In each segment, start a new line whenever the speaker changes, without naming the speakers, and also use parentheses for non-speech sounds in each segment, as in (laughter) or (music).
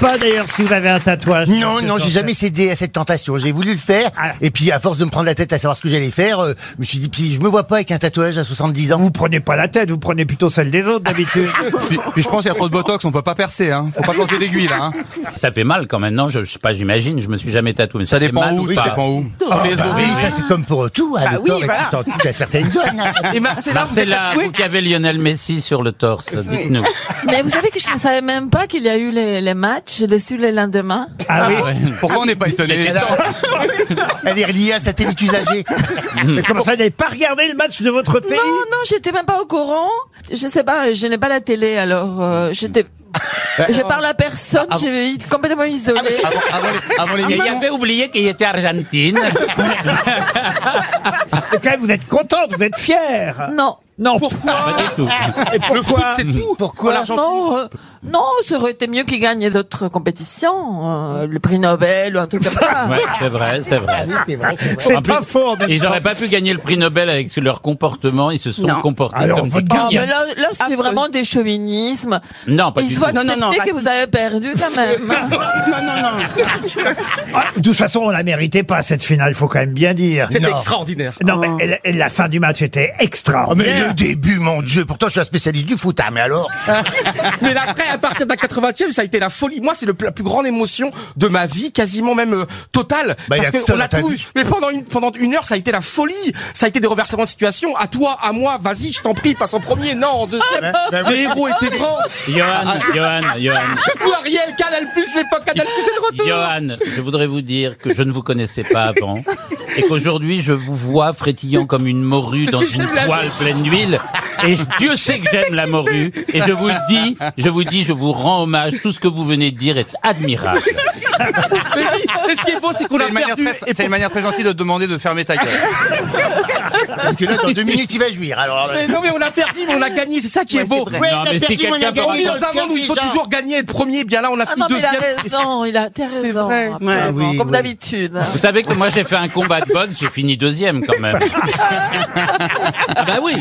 pas d'ailleurs si vous avez un tatouage.
Non, non, j'ai jamais cédé à cette tentation. J'ai voulu le faire. Et puis, à force de me prendre la tête à savoir ce que j'allais faire, euh, je me suis dit, puis je me vois pas avec un tatouage à 70 ans.
Vous prenez pas la tête, vous prenez plutôt celle des autres (laughs) d'habitude.
Puis, puis je pense qu'il y a trop de botox, on peut pas percer, hein. Faut pas planter d'aiguille, là, hein.
Ça fait mal quand même, non je, je sais pas, j'imagine, je me suis jamais tatoué. mais
Ça
fait
dépend
mal
où,
ou
ça
pas
dépend où.
Ah, bah oui, ça c'est comme pour tout. hein,
Bah
le
oui,
corps est
voilà.
sensible à certaines zones. hein.
Et Marcella, vous êtes
Marcella,
tatouée
vous qui avez Lionel Messi sur le torse, dites-nous.
Mais vous savez que je ne savais même pas qu'il y a eu les, les matchs. Je l'ai su le lendemain.
Ah oui,
Pourquoi on n'est pas étonné
Alors, elle est reliée à sa télé usagée.
mais comment ça, vous n'avez pas regardé le match de votre pays
Non, non, j'étais même pas au courant. Je sais pas, je n'ai pas la télé, alors euh, j'étais. Je parle à personne, j'ai été complètement isolée.
Avant, avant les, avant les
Et Ah, il
millions.
avait oublié qu'il
(laughs)
était argentine.
Et quand même, vous êtes contente, vous êtes fière.
Non.
Non, Ah,
Pas du
Eh,
tout.
et pourquoi
Pourquoi
Non, euh, non, ça aurait été mieux qu'ils gagnent d'autres compétitions, euh, le prix Nobel ou un truc comme ça.
(laughs) Ouais, c'est vrai, c'est vrai.
Oui, c'est vrai, c'est vrai.
C'est
En
pas
plus,
faux en même
Ils
temps.
n'auraient pas pu gagner le prix Nobel avec leur comportement, ils se sont
Non.
comportés
Alors,
comme
votre
des-
Oh,
gagne.
mais là, là, c'est vraiment des chauvinismes.
Non, pas
Il
du tout.
faut accepter
Non, non, non,
que vous avez perdu quand même.
Non, non, non.
Ah, De toute façon, on la méritait pas cette finale, faut quand même bien dire.
Non.
extraordinaire.
Non,
Oh.
mais elle- elle- la fin du match était extra.
Oh, mais le début, mon Dieu. Pourtant, je suis un spécialiste du foot. Ah, mais alors
Mais là, après, à partir de la 80e, ça a été la folie. Moi, c'est le pl- la plus grande émotion de ma vie, quasiment même euh, totale.
Bah, y a
parce
que
que
ça
on
dans
a
ta
tout
vie.
eu. Mais pendant une, pendant une heure, ça a été la folie. Ça a été des reversements de situation. À toi, à moi, vas-y, je t'en prie, passe en premier. Non, en deuxième.
bah oui.
(laughs) Les héros étaient grands.
Johan, Johan, Johan.
Coucou Ariel, Canal Plus, l'époque Canal Plus est de retour.
Johan, je voudrais vous dire que je ne vous connaissais pas avant et qu'aujourd'hui je vous vois frétillant comme une morue dans
Parce que
une
j'aime la
poêle pleine d'huile. Et je- Dieu sait que j'aime la morue. Et je vous le dis, je vous dis, je vous rends hommage. Tout ce que vous venez de dire est admirable.
Ah
Mais oui, mais ce qui est beau, c'est qu'on
C'est
a
une, manière
perdu.
très, c'est une manière très gentille de te demander de fermer ta gueule.
Parce que là, dans deux minutes, il va jouir. Alors,
Mais non, mais on a perdu, mais on a gagné. C'est ça qui est beau.
Ouais,
non,
t'as
mais si
perdu, on a
quelqu'un peut
gagné.
Dans
raconter-
un monde où il faut
Jean.
toujours gagner et être premier, bien là, on a
Ah
fini
non, mais il a
deuxième.
raison, il a t'as raison.
vrai.
absolument,
Ouais, oui,
comme
oui.
d'habitude. hein.
Vous savez que moi j'ai fait un combat de boxe, j'ai fini deuxième quand même. Ah bah oui,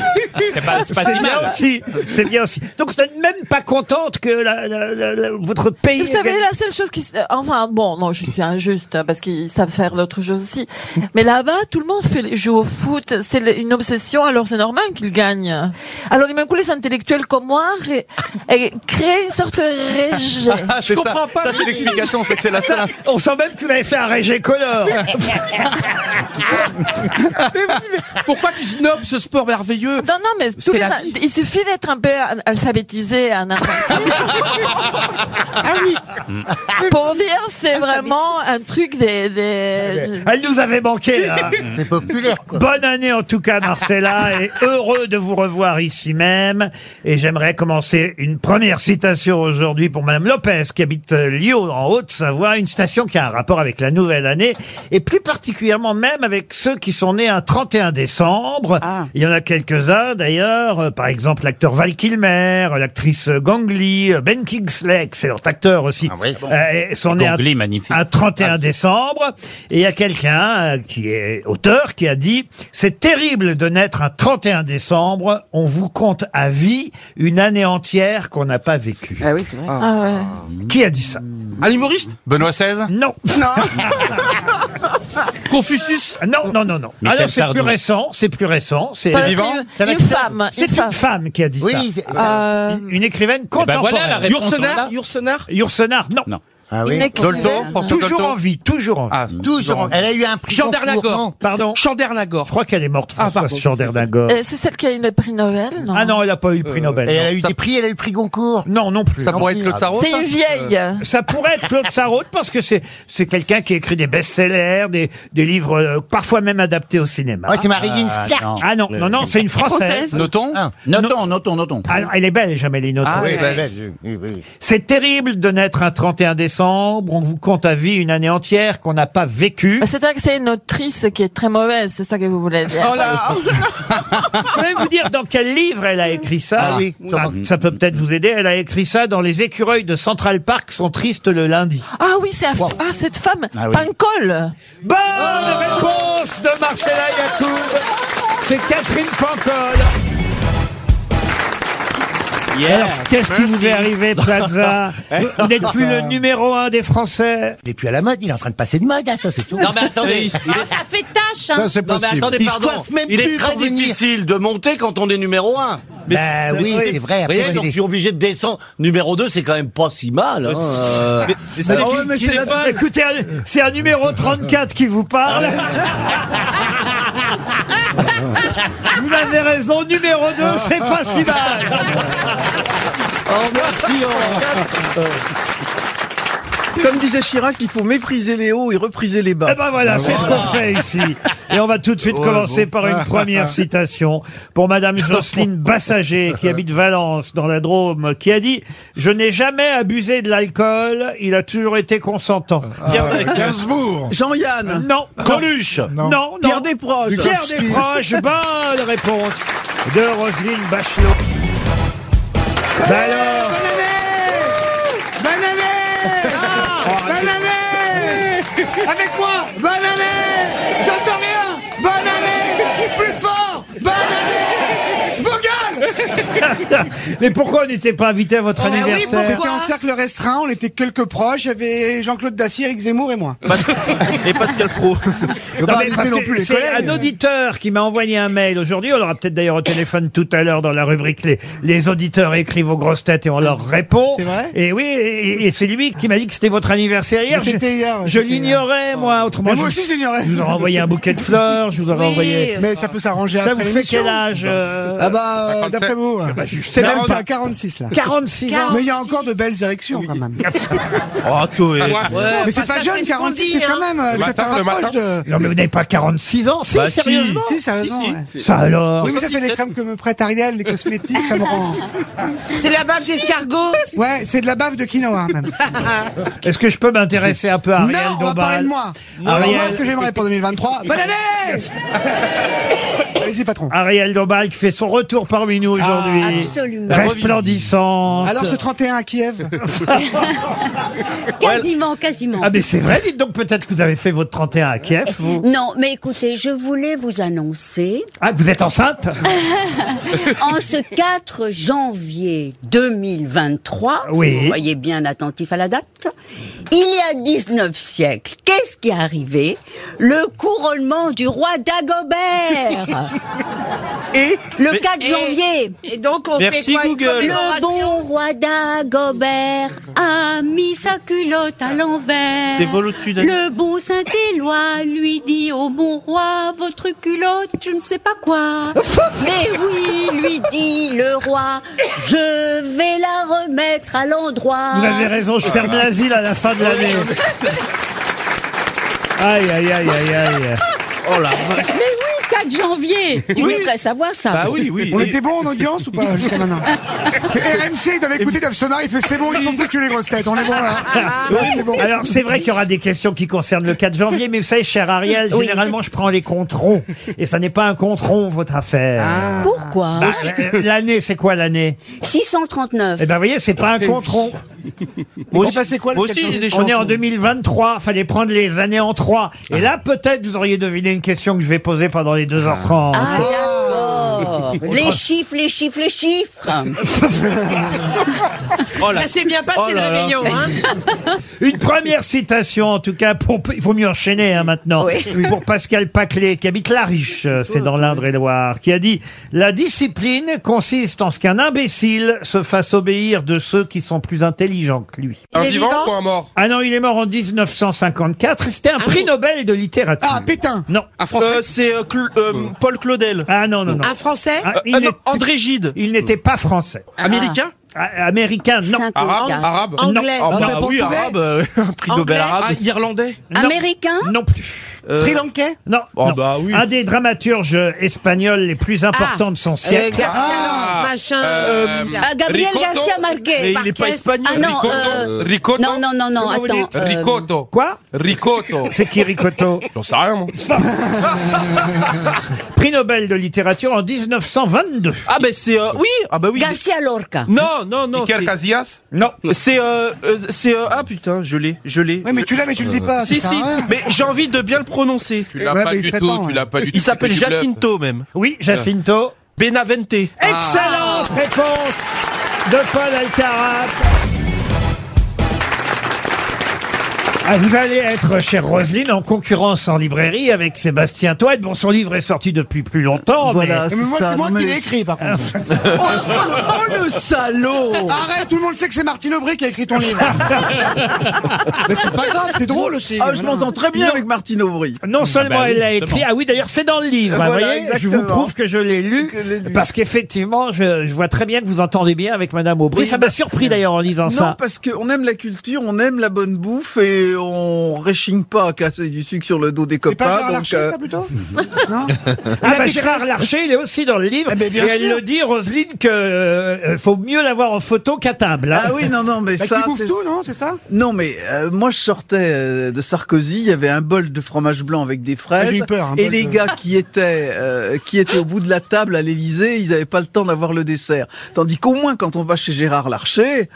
c'est pas, c'est pas
C'est
si
bien
mal.
aussi. C'est bien aussi. Donc, vous n'êtes même pas contente que la- la- la- la- votre pays.
Vous
ait
savez,
gagné.
la seule chose qui... se- Enfin, bon, non, je suis injuste, hein, parce qu'ils savent faire d'autres choses aussi. Mais là-bas, tout le monde fait, joue au foot, c'est le- une obsession, alors c'est normal qu'ils gagnent. Alors, d'un coup, les intellectuels comme moi ré- et créent une sorte de
(laughs)
rejet.
Ah, c'est
comprends
ça.
pas.
Ça, c'est l'explication, c'est que c'est la seule.
On sent même que vous avez fait un régé
(laughs)
color.
Mais oui, mais pourquoi tu snobs ce sport merveilleux
Non, non, mais tous les-
la vie.
il suffit d'être un peu al- alphabétisé en Argentine
(laughs) Ah oui.
pour dire c'est vraiment un truc des... des...
Elle nous avait manqué. là.
c'est populaire, quoi.
Bonne année en tout cas, Marcella, et heureux de vous revoir ici même. Et j'aimerais commencer une première citation aujourd'hui pour Madame Lopez, qui habite euh, Lyon, en Haute-Savoie, une station qui a un rapport avec la nouvelle année, et plus particulièrement même avec ceux qui sont nés un 31 décembre.
Ah.
Il y en a quelques-uns d'ailleurs, euh, par exemple l'acteur Val Kilmer, euh, l'actrice euh, Gang Lee, euh, Ben Kingsley, excellent acteur aussi,
Ah oui.
euh, et sont nés un-
Gongli, magnifique.
un 31 décembre. Et il y a quelqu'un euh, qui est auteur qui a dit C'est terrible de naître un 31 décembre. On vous compte à vie une année entière qu'on n'a pas vécue.
Ah oui, c'est vrai.
Ah ouais.
Qui a dit ça
Un humoriste
Benoît XVI
Non, (laughs)
Confucius
non, non, non, non.
Michel
Alors c'est plus
Sardou.
récent, c'est plus récent. C'est
Ça,
vivant
une, une femme,
C'est
une
une
femme.
femme qui a dit ça.
Oui, c'est-
Euh,
Une- Une écrivaine
Eh ben
contemporaine.
voilà la réponse. on l'a.
Yourcenar Yourcenar
Yourcenar, non.
Non.
ah
une
oui.
Dolto
écrivaine.
François
Toujours
Dolto
en vie, toujours en vie.
Ah,
Toujours. Elle a eu un prix.
Jean
Goncourt, non
Dernagor
Pardon. Je
Chandernagor.
crois qu'elle est morte,
Ah,
Françoise
pardon.
Chandernagor.
Euh, c'est celle qui a eu le prix Nobel, non
Ah non, elle n'a pas eu le prix Nobel.
Euh, Et elle a eu
Ça-
des prix, elle a eu le prix Goncourt.
Non, non plus.
Ça pourrait être Claude Sarraud
C'est
ça
une vieille.
Ça pourrait être Claude Sarraute parce que c'est c'est quelqu'un qui écrit des best-sellers, des, des livres euh, parfois même adaptés au cinéma.
Ouais, Ah, c'est Marie-Guine Clark.
non.
ah
Euh,
non, non, non, c'est une Française.
Noton
Ah.
Notons, notons, notons.
Ah non, elle est belle, Amélie Nothomb.
Ah,
Oui,
ouais.
bah, bah, je- oui, oui.
C'est terrible de naître un 31 décembre. On vous compte à vie une année entière qu'on n'a pas vécue.
Ah,
C'est-à-dire que c'est une autrice qui est très mauvaise, c'est ça que vous voulez dire.
Oh là
Je vais vous dire dans quel livre elle a écrit ça.
Ah oui,
ça, ça peut peut-être vous aider. Elle a écrit ça dans Les écureuils de Central Park sont tristes le lundi.
Ah oui, c'est un- ah, cette femme,
Ah oui.
Pancol.
Bonne réponse de Marcella Yacoub. C'est Catherine Pancol. Alors, qu'est-ce qui vous est arrivé, Plaza Vous vous n'êtes plus le numéro un des Français.
Il est plus à la mode, il est en train de passer de mode, hein, ça c'est tout.
Non mais attendez, il est-
Ça fait tâche, hein.
c'est
non mais
possible.
attendez,
Il se
pardon.
coiffe même
Il est
plus
très
pour venir.
difficile de monter quand on est numéro 1.
bah oui, c'est vrai.
Vous
Après,
voyez,
il
donc je
est-
suis obligé de descendre. Numéro 2, c'est quand même pas si mal. Hein. euh.
Écoutez, c'est un numéro 34 qui vous parle. vous avez raison, numéro 2, c'est pas si mal.
Comme disait Chirac, il faut mépriser les hauts et repriser les
Eh
bas.
ben voilà, c'est ce qu'on fait ici. Et on va tout de suite commencer par une première citation pour Madame Jocelyne Bassager, qui habite Valence, dans la Drôme, qui a dit « Je n'ai jamais abusé de l'alcool, il a toujours été consentant.
Gainsbourg.
Jean-Yann,
Non. Coluche. Non, non.
Pierre Desproges.
Pierre Desproges, bonne réponse de Roselyne Bachelot. Bah alors Ah.
Ah, Avec moi Bonne année J'entends rien Bonne année Plus fort Bonne année Vogale
(laughs) Mais pourquoi on n'était pas invité à votre
Ah,
oui,
anniversaire
C'était en cercle restreint, on était quelques proches, il y avait Jean-Claude Dacier, Eric Zemmour et
(laughs)
moi.
Et Pascal
On
Pro.
Non,
va
mais parce que c'est un auditeur qui m'a envoyé un mail aujourd'hui. On l'aura peut-être d'ailleurs au téléphone tout à l'heure dans la rubrique les, les auditeurs écrivent aux grosses têtes et on leur répond.
C'est vrai
Et oui, et, et c'est lui qui m'a dit que c'était votre anniversaire hier.
Mais c'était
Je-
hier,
Je
c'était hier.
l'ignorais, moi. Autrement,
Mais moi
je,
aussi, je l'ignorais.
je vous aurais envoyé un bouquet de fleurs, je vous aurais envoyé.
Mais ça peut s'arranger
Ça
après
vous fait
l'émission.
quel âge euh,
Ah bah, euh, d'après vous. hein.
je sais
C'est
même
même
pas.
pas 46 là.
46 ans.
Mais il y a encore de belles érections quand même. Mais c'est pas jeune, 46, c'est quand même. euh,
Le
que
matin, le
t'as
matin.
rapproche de.
Non, mais vous n'avez pas 46 ans, si, sérieusement
Bah, Si, sérieusement. ouais.
Ça alors
Oui, mais ça, c'est les crèmes que me prête Ariel, les cosmétiques, ça me rend.
C'est la bave d'escargot.
Ouais, c'est de la bave de quinoa, même.
Est-ce que je peux m'intéresser un peu à Ariel
non, on va parler de moi. Alors,
Ariel.
moi, ce que j'aimerais pour 2023. Bonne année (laughs) Allez-y, patron. Ah,
Ariel Dombal qui fait son retour parmi nous aujourd'hui.
Absolument.
Resplendissante.
Alors, ce 31 à Kiev.
Quasiment, quasiment.
Ah mais c'est vrai, dites donc peut-être que vous avez fait votre 31 à Kiev,
(laughs)
vous.
Non, mais écoutez, je voulais vous annoncer,
Ah, que vous êtes enceinte
en ce 4 janvier 2023,
Oui.
vous voyez bien attentif à la date, il y a 19 siècles, qu'est-ce qui est arrivé Le couronnement du roi Dagobert
Et
Le 4 janvier
Et donc, on
Merci,
fait quoi une
Google.
Le
commémoration
bon roi Dagobert a mis sa culotte à l'envers.
hein
Le bon Saint-Éloi lui dit au bon roi, votre culotte, je ne sais pas
(laughs)
quoi. Mais oui, lui dit le roi, je vais la remettre à l'endroit.
Vous avez raison, je
Ah.
ferme l'asile à la fin de l'année. Aïe, aïe, aïe, aïe, aïe.
Mais oui, 4 janvier. Tu devrais savoir ça.
Bah.
On
Euh,
était bon en audience ou pas jusqu'à maintenant Que RMC, ils doivent écouter, ils doivent se marier. Il fait c'est bon, ils sont foutus les grosses têtes. On est bon là. Ouais, c'est bon.
Alors c'est vrai qu'il y aura des questions qui concernent le 4 janvier, mais vous savez, cher Ariel, généralement je prends les comptes ronds. Et ça n'est pas un compte rond, votre affaire.
Ah.
Pourquoi
Bah, euh, l'année, c'est quoi l'année
639.
Eh ben, vous voyez, c'est pas un compte rond.
Moi passé quoi le
aussi, j'ai des
On est en 2023, fallait prendre les années en trois. Et là, peut-être, vous auriez deviné une question que je vais poser pendant les 2h30.
Ah, d'accord. Les chiffres, les chiffres, les chiffres.
Ça s'est bien passé le réveillon, hein.
Une première citation, en tout cas, pour, il faut mieux enchaîner hein, maintenant,
Oui.
(laughs) pour Pascal Paclet, qui habite La Riche, euh, c'est dans l'Indre-et-Loire, qui a dit « La discipline consiste en ce qu'un imbécile se fasse obéir de ceux qui sont plus intelligents que lui.
Un
Il est
vivant
vivant
ou un mort »
Ah non, il est mort en 1954, et c'était
Ah
un prix Nobel de littérature.
Ah, Pétain.
non,
Un français
c'est euh, Paul Claudel. Euh,
ah non, non, non.
Un français Euh,
Ah, il n'était-
Gide.
il n'était pas français.
Américain
Ah, américain, non.
54.
Arabe Arabe
Non.
Anglais
Ah
bah,
bah oui,
portugais.
arabe, euh, (laughs) un prix
Anglais.
Nobel arabe.
Ah, irlandais
Non.
Américain
Non plus.
Sri Lankais.
Non.
Ah
non.
bah oui.
Un des dramaturges espagnols les plus importants de son
Euh,
siècle.
Garcia, machin.
euh,
Ah, Gabriel Garcia Marquez.
Mais il n'est pas espagnol.
Ah non,
Ricotto.
euh,
Ricotto.
non, non, non, non,
Comment vous
attends.
dites
euh,
Ricotto.
Quoi
Ricotto.
C'est qui Ricotto
(laughs) J'en sais rien, moi.
Prix Nobel de littérature en 1922.
Ah bah c'est euh, oui, ah bah oui.
Garcia Lorca.
Non, non, non.
Iker
c'est-
Casillas
Non.
C'est euh, euh, c'est euh, ah putain, je l'ai, je l'ai.
Oui, mais tu l'as, mais tu le dis pas.
Si
ça hein.
si,
sert à rien.
mais j'ai envie de bien le prononcer.
Tu l'as
Ouais,
pas
mais il
du
serait temps,
tout, tu
hein.
l'as pas du tout.
Il s'appelle
tu l'as-
Jacinto même.
Oui, Jacinto.
Benavente.
Excellente réponse de Paul Alcarat. Ah, vous allez être, chère Roselyne, en concurrence en librairie avec Sébastien Toed. Bon, son livre est sorti depuis plus longtemps.
Voilà,
mais...
c'est Mais moi, ça, c'est moi non, qui mais- l'ai écrit,
par contre.
Oh, le salaud Arrête, tout le monde sait que c'est Martine Aubry qui a écrit ton livre. Mais c'est pas grave, c'est drôle aussi. Ah,
Ah, je m'entends très bien avec Martine Aubry.
Non seulement elle l'a écrit, ah oui, d'ailleurs, c'est dans le livre. hein,
Voilà,
voyez, je vous
exactement.
prouve que je l'ai lu, parce qu'effectivement, je, je vois très bien que vous entendez bien avec Madame Aubry. ça m'a surpris d'ailleurs en lisant
non,
ça.
parce qu'on aime la culture, on aime la bonne bouffe et on réchigne pas à casser du sucre sur le dos des
C'est pas Gérard
copains. donc,
Larcher, ça, plutôt Non
Ah bah Gérard Larcher, il est aussi dans le livre.
bien
et elle
sûr.
le dit, Roselyne, que euh, faut mieux l'avoir en photo qu'à table. hein.
Ah oui, non, non, mais
Bah,
ça.
qui bouffe
c'est-
tout, non C'est ça
Non, mais euh, moi je sortais euh, de Sarkozy, il y avait un bol de fromage blanc avec des fraises.
Ah, j'ai eu peur, un
et
bol
les
de-
gars qui étaient euh, qui étaient au bout de la table à l'Élysée, ils n'avaient pas le temps d'avoir le dessert. Tandis qu'au moins quand on va chez Gérard Larcher,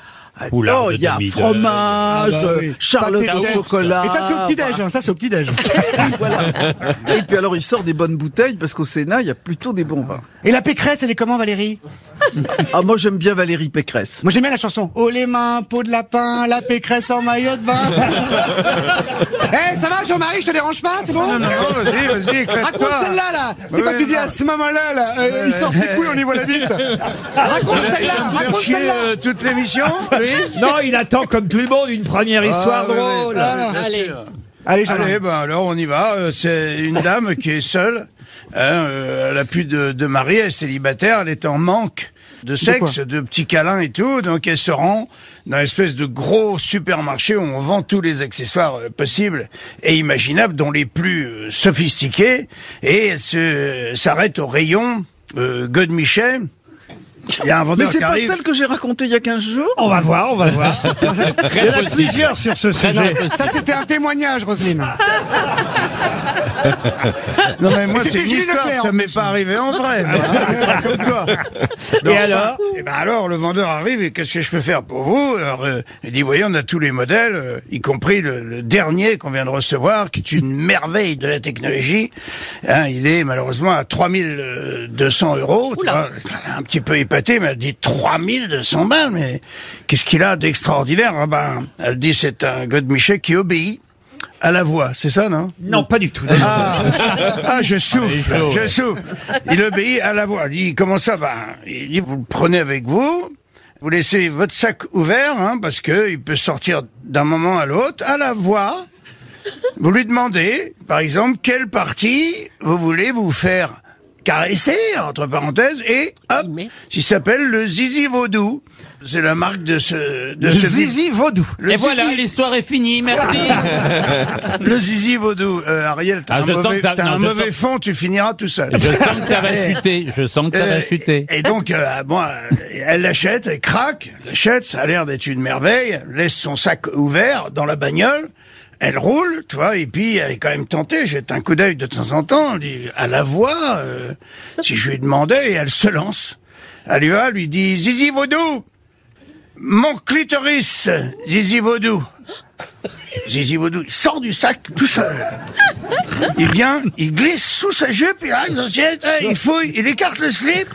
Oula,
non, il y a
demi de-
fromage,
Ah bah oui.
euh, charlotte au
Pâté de
chocolat.
Et ça, c'est au petit-déj. hein, Ça, c'est au
(laughs)
petit-déj.
Et puis alors il sort des bonnes bouteilles parce qu'au Sénat, il y a plutôt des bons vins.
Et la pécresse, elle est comment, Valérie
Ah moi j'aime bien Valérie Pécresse.
Moi, j'aime bien la chanson. Oh, les mains, peau de lapin, la pécresse en maillot de bain. Eh, ça va, Jean-Marie, je te dérange pas, c'est bon
Non, non, non, vas-y, vas-y, éclate-toi.
Raconte celle-là, là
Oui,
C'est quand tu dis
non.
à ce moment-là, là, euh, il sort ses couilles, on y voit la bite Raconte celle-là, raconte celle-là
toute l'émission Non, il attend comme tout le monde une première histoire
Ah, oui, oui.
drôle.
Ah, bien Allez. sûr. Allez, ben alors on y va. Euh, C'est
(laughs)
une dame qui est seule. hein, euh, elle a plus de, de mari, elle est célibataire, elle est en manque de sexe,
quoi
de petits câlins et tout. Donc elle se rend dans une espèce de gros supermarché où on vend tous les accessoires euh, possibles et imaginables, dont les plus euh, sophistiqués. Et elle se- s'arrête au rayon euh, God Michel. Il y a un
Mais
vendeur
c'est
qui
pas
arrive.
celle que j'ai racontée il y a 15 jours
On va voir, on va voir.
(laughs) Très
Il y en a
possible.
plusieurs sur ce
Très
sujet.
impossible.
Ça, c'était un témoignage, Roselyne.
Non mais moi
Mais
c'est
c'était
une
Julie
histoire,
Leclerc, en
ça m'est pas arrivé en vrai. moi. Comme toi.
Et alors
Et ben alors le vendeur arrive et qu'est-ce que je peux faire pour vous Alors euh, il dit voyez on a tous les modèles, euh, y compris le, le dernier qu'on vient de recevoir, qui est une merveille de la technologie. Hein, il est malheureusement à 3200 euros. Tu vois, un petit peu épaté, mais elle dit 3200 balles. Mais qu'est-ce qu'il a d'extraordinaire Ah Ben elle dit c'est un Godmichet qui obéit à la voix. C'est ça non
Non, pas du tout.
Ah, (laughs) ah, je souffle,
Ah, il est chaud,
je
ouais.
souffle. Il obéit à la voix. Il dit, comment ça va Il dit, vous le prenez avec vous, vous laissez votre sac ouvert, hein, parce que il peut sortir d'un moment à l'autre, à la voix. Vous lui demandez, par exemple, quelle partie vous voulez vous faire caresser, entre parenthèses, et hop, il s'appelle le zizi vaudou. C'est la marque de ce... De
Le
ce-
zizi vaudou.
Le
Et voilà,
zizi-
l'histoire est finie, merci.
le zizi vaudou, Euh, Ariel, t'as
Ah,
un
je sens
mauvais,
que ça-
t'as un
non, je
mauvais
sens-
fond, tu finiras tout seul.
Je sens que ça va chuter, je sens que ça va
Euh,
chuter.
Et donc, euh, bon, euh, elle l'achète, elle craque, elle l'achète, ça a l'air d'être une merveille, elle laisse son sac ouvert dans la bagnole, elle roule, tu vois, et puis elle est quand même tentée, jette un coup d'œil de temps en temps, elle dit, à la voix, euh, si je lui demandais, et elle se lance. Elle y va, lui dit, Zizi Vaudou, mon clitoris, Zizi Vaudou. Zizi Vaudou, il sort du sac tout seul. Il vient, il glisse sous sa jupe, il arrive dans le jet, hein, il fouille, il écarte le slip,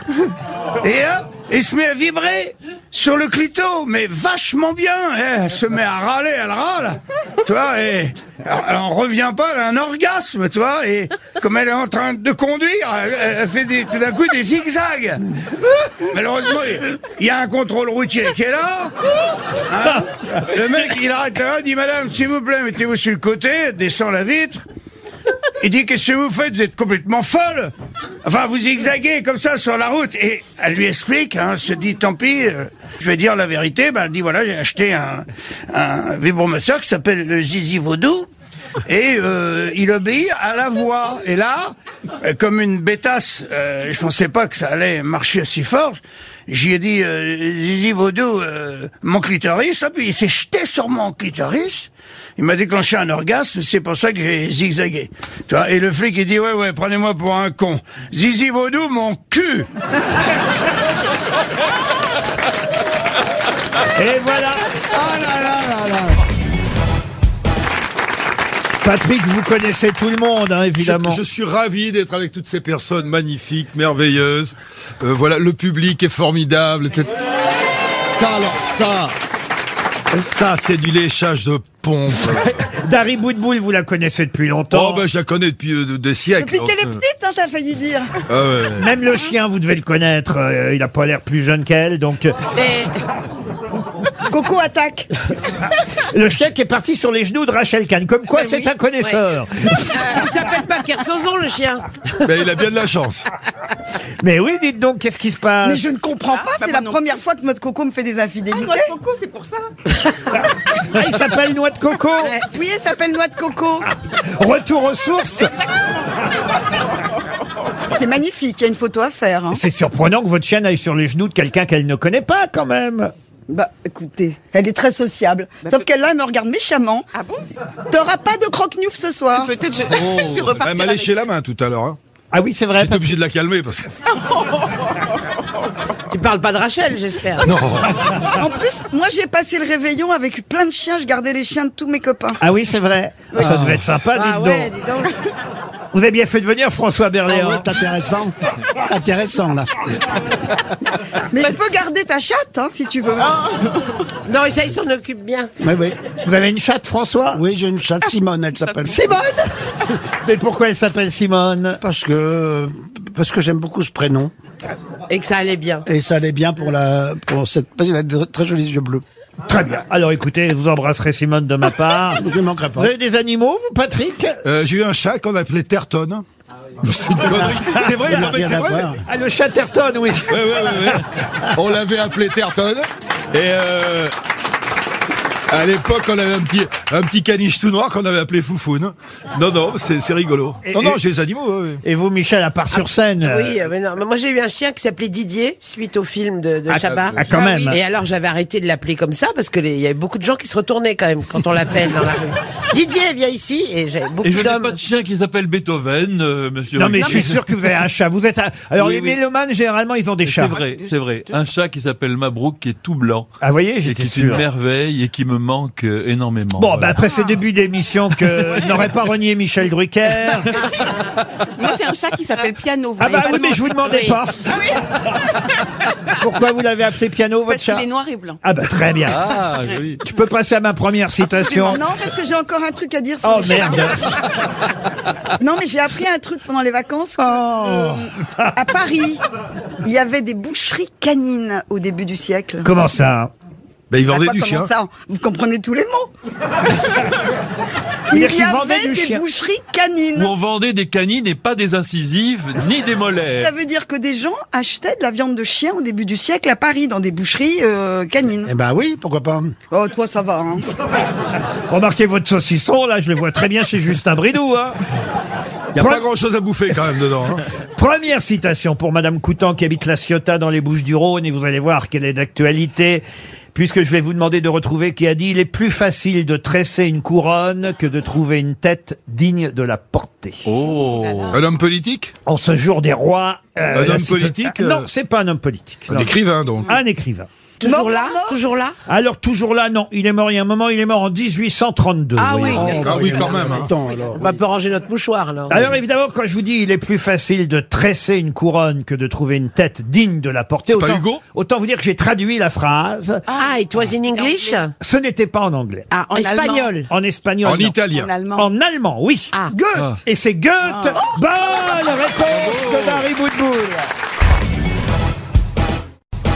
et hop, il se met à vibrer sur le clito, mais vachement bien, hein, elle se met à râler, elle râle, tu vois, et alors, elle en revient pas, elle a un orgasme, tu vois, et comme elle est en train de conduire, elle, elle fait des- tout d'un coup des zigzags. Malheureusement, il- il y a un contrôle routier qui est là, Hein le mec, il arrête là, il dit Madame, s'il vous plaît, mettez-vous sur le côté, elle descend la vitre. Il dit Qu'est-ce que vous faites Vous êtes complètement folle Enfin, vous zigzaguez comme ça sur la route. Et elle lui explique, hein, se dit Tant pis, euh, je vais dire la vérité. Ben, elle dit Voilà, j'ai acheté un, un vibromasseur qui s'appelle le Zizi Vaudou. Et euh, il obéit à la voix. Et là, euh, comme une bêtasse, euh, je pensais pas que ça allait marcher aussi fort. J'y ai dit, euh, Zizi Vaudou, euh, mon clitoris, hop, il s'est jeté sur mon clitoris. Il m'a déclenché un orgasme, c'est pour ça que j'ai zigzagué. Tu vois, et le flic, il dit, ouais, ouais, prenez-moi pour un con. Zizi Vaudou, mon cul
Et voilà
Oh là là là là
Patrick, vous connaissez tout le monde, hein, évidemment.
Je, je suis ravi d'être avec toutes ces euh, personnes magnifiques, merveilleuses. Euh, voilà, le public est formidable. etc. Ça, alors ça. Ça, c'est du léchage de pompe.
Dari Boudboul, vous la connaissez depuis longtemps.
Oh, ben, je la connais depuis euh, de- des siècles.
Depuis qu'elle est petite, hein, t'as failli dire.
Ah ouais.
Même le chien, vous devez le connaître. euh, il a pas l'air plus jeune qu'elle, donc. euh,
Coco attaque.
Le chien qui est parti sur les genoux de Rachel Kahn. Comme
Ben
quoi, c'est un connaisseur.
il s'appelle pas Kersozon, le chien.
Ben, il a bien de la chance.
Mais oui, dites donc, qu'est-ce qui se passe
Mais je ne comprends pas, c'est la première fois que Mode Coco me fait des infidélités. Ah, Mode Coco, c'est pour ça.
Ah, il s'appelle Noix de Coco.
Eh Oui, elle s'appelle Noix de Coco.
Retour aux sources.
C'est magnifique, il y a une photo à faire. hein.
C'est surprenant que votre chienne aille sur les genoux de quelqu'un qu'elle ne connaît pas, quand même.
Bah, écoutez, elle est très sociable. Sauf qu'elle, là, elle me regarde méchamment. Bah, Ah bon T'auras pas de croque-nouf ce soir. Peut-être
Elle m'a léché la main tout à l'heure.
Ah oui, c'est vrai.
J'étais obligé de la calmer parce que.
Tu parles pas de Rachel, j'espère.
Non.
En plus, moi, j'ai passé le réveillon avec plein de chiens. Je gardais les chiens de tous mes copains.
Ah oui, c'est vrai.
Oui.
Ça devait être sympa,
Ah
dites
ouais,
donc.
dis donc.
Vous avez bien fait de venir, François Berléand.
Ah ouais,
intéressant. intéressant, là.
Mais je peux garder ta chatte, hein, si tu veux.
Non, ça, il s'en occupe bien.
Oui, oui.
Vous avez une chatte, François
Oui, j'ai une chatte, Simone, elle s'appelle.
Simone (laughs) Mais pourquoi elle s'appelle Simone
Parce que, parce que j'aime beaucoup ce prénom.
Et que ça allait bien.
Et ça allait bien pour la, pour cette, parce qu'elle a de très jolis yeux bleus.
Très bien. Alors écoutez, vous embrasserez Simone de ma part. Je manquerai pas. Vous avez des animaux, vous, Patrick
Ah,
Euh, J'ai eu un chat qu'on appelait Terton. C'est une connerie. C'est vrai,
Ah Il a
non, mais
rien
c'est
à
vrai.
voir. Ah, le chat Terton, oui.
Ouais, ouais, ouais, ouais. On l'avait appelé Terton. Et euh, à l'époque, on avait un petit, un petit caniche tout noir qu'on avait appelé Foufoune. Non, non, c'est c'est rigolo.
Et-
Non, non,
et-
j'ai les animaux. ouais, ouais.
Et vous, Michel, à part sur scène
Ah
euh,
Oui, euh, mais non. Mais moi j'ai eu un chien qui s'appelait Didier suite au film de, de
Ah,
Chabat.
ah, quand même.
Et alors j'avais arrêté de l'appeler comme ça parce que les- il y avait beaucoup de gens qui se retournaient quand même quand on l'appelle dans la
(laughs)
rue. Didier, viens ici et j'avais beaucoup
Et je n'ai
d'hommes.
pas de chien qui s'appelle Beethoven, euh, monsieur.
Non, mais
Ruquier.
je suis sûr que vous avez un chat. Vous êtes un- Alors,
Oui,
les
oui.
mélomanes, généralement, ils ont des chats.
C'est vrai, c'est vrai. Un chat qui s'appelle Mabrouk qui est tout blanc.
Ah, voyez,
Et
j'étais
qui est
sûr.
une merveille et qui me manque euh, énormément.
Bon, bah
Voilà.
après ce
Ah.
début
(laughs)
d'émission que n'aurait pas renié Michel Drucker.
Moi, j'ai un chat qui s'appelle Piano. vous
Ah bah
voyez
oui,
pas
mais je vous demandais
Ah bah Oui. Ah
pas. (laughs) Pourquoi vous l'avez appelé piano, votre
Parce
chat
qu'il est noir et blanc.
Ah bah très bien.
Ah, joli.
Je peux passer à ma première citation.
Non, parce que j'ai encore un truc à dire sur
Oh,
les chats.
merde.
Non, mais j'ai appris un truc pendant les vacances. que,
Oh.
euh, à Paris, il y avait des boucheries canines au début du siècle.
Comment ça
Ben, ils
Bah,
vendaient
quoi,
du
comment
chien.
ça Vous comprenez tous
(laughs)
les mots. il
C'est-à-dire
y
qu'ils vendaient
avait
du
des
chien.
boucheries canines.
Où on vendait des canines et pas des incisives ni des
Ça
molaires.
veut dire que des gens achetaient de la viande de chien au début du siècle à Paris, dans des boucheries euh, canines.
Eh ben oui, pourquoi pas.
Oh, toi, ça va. Hein.
Remarquez votre saucisson, là, je le vois très bien chez Justin Bridou. Hein.
Il n'y a pas grand chose à bouffer quand même dedans. hein.
Première citation pour Madame Coutan qui habite La Ciotat dans les Bouches-du-Rhône et vous allez voir qu'elle est d'actualité puisque je vais vous demander de retrouver qui a dit il est plus facile de tresser une couronne que de trouver une tête digne de la portée.
Oh.
Un homme politique
En ce jour des rois. la
Un homme
cita-
politique, euh,
Non, c'est pas un homme politique.
Un
Non.
écrivain donc.
Un écrivain.
Toujours là, toujours là.
Alors toujours là, non, il est mort il y a un moment, il est mort en 1832.
Ah
voyez.
oui, d'accord.
Ah oui, quand même. hein.
On va peut ranger notre mouchoir là.
Alors évidemment, quand je vous dis il est plus facile de tresser une couronne que de trouver une tête digne de la portée,
C'est pas
autant,
Hugo
autant vous dire que j'ai traduit la phrase.
Ah, it was in English.
Ce n'était pas en anglais.
Ah, en espagnol.
En espagnol.
En
non.
italien. En
allemand.
En allemand, oui.
Ah.
Et c'est Goethe. Bonne réponse de Dari Boudboul.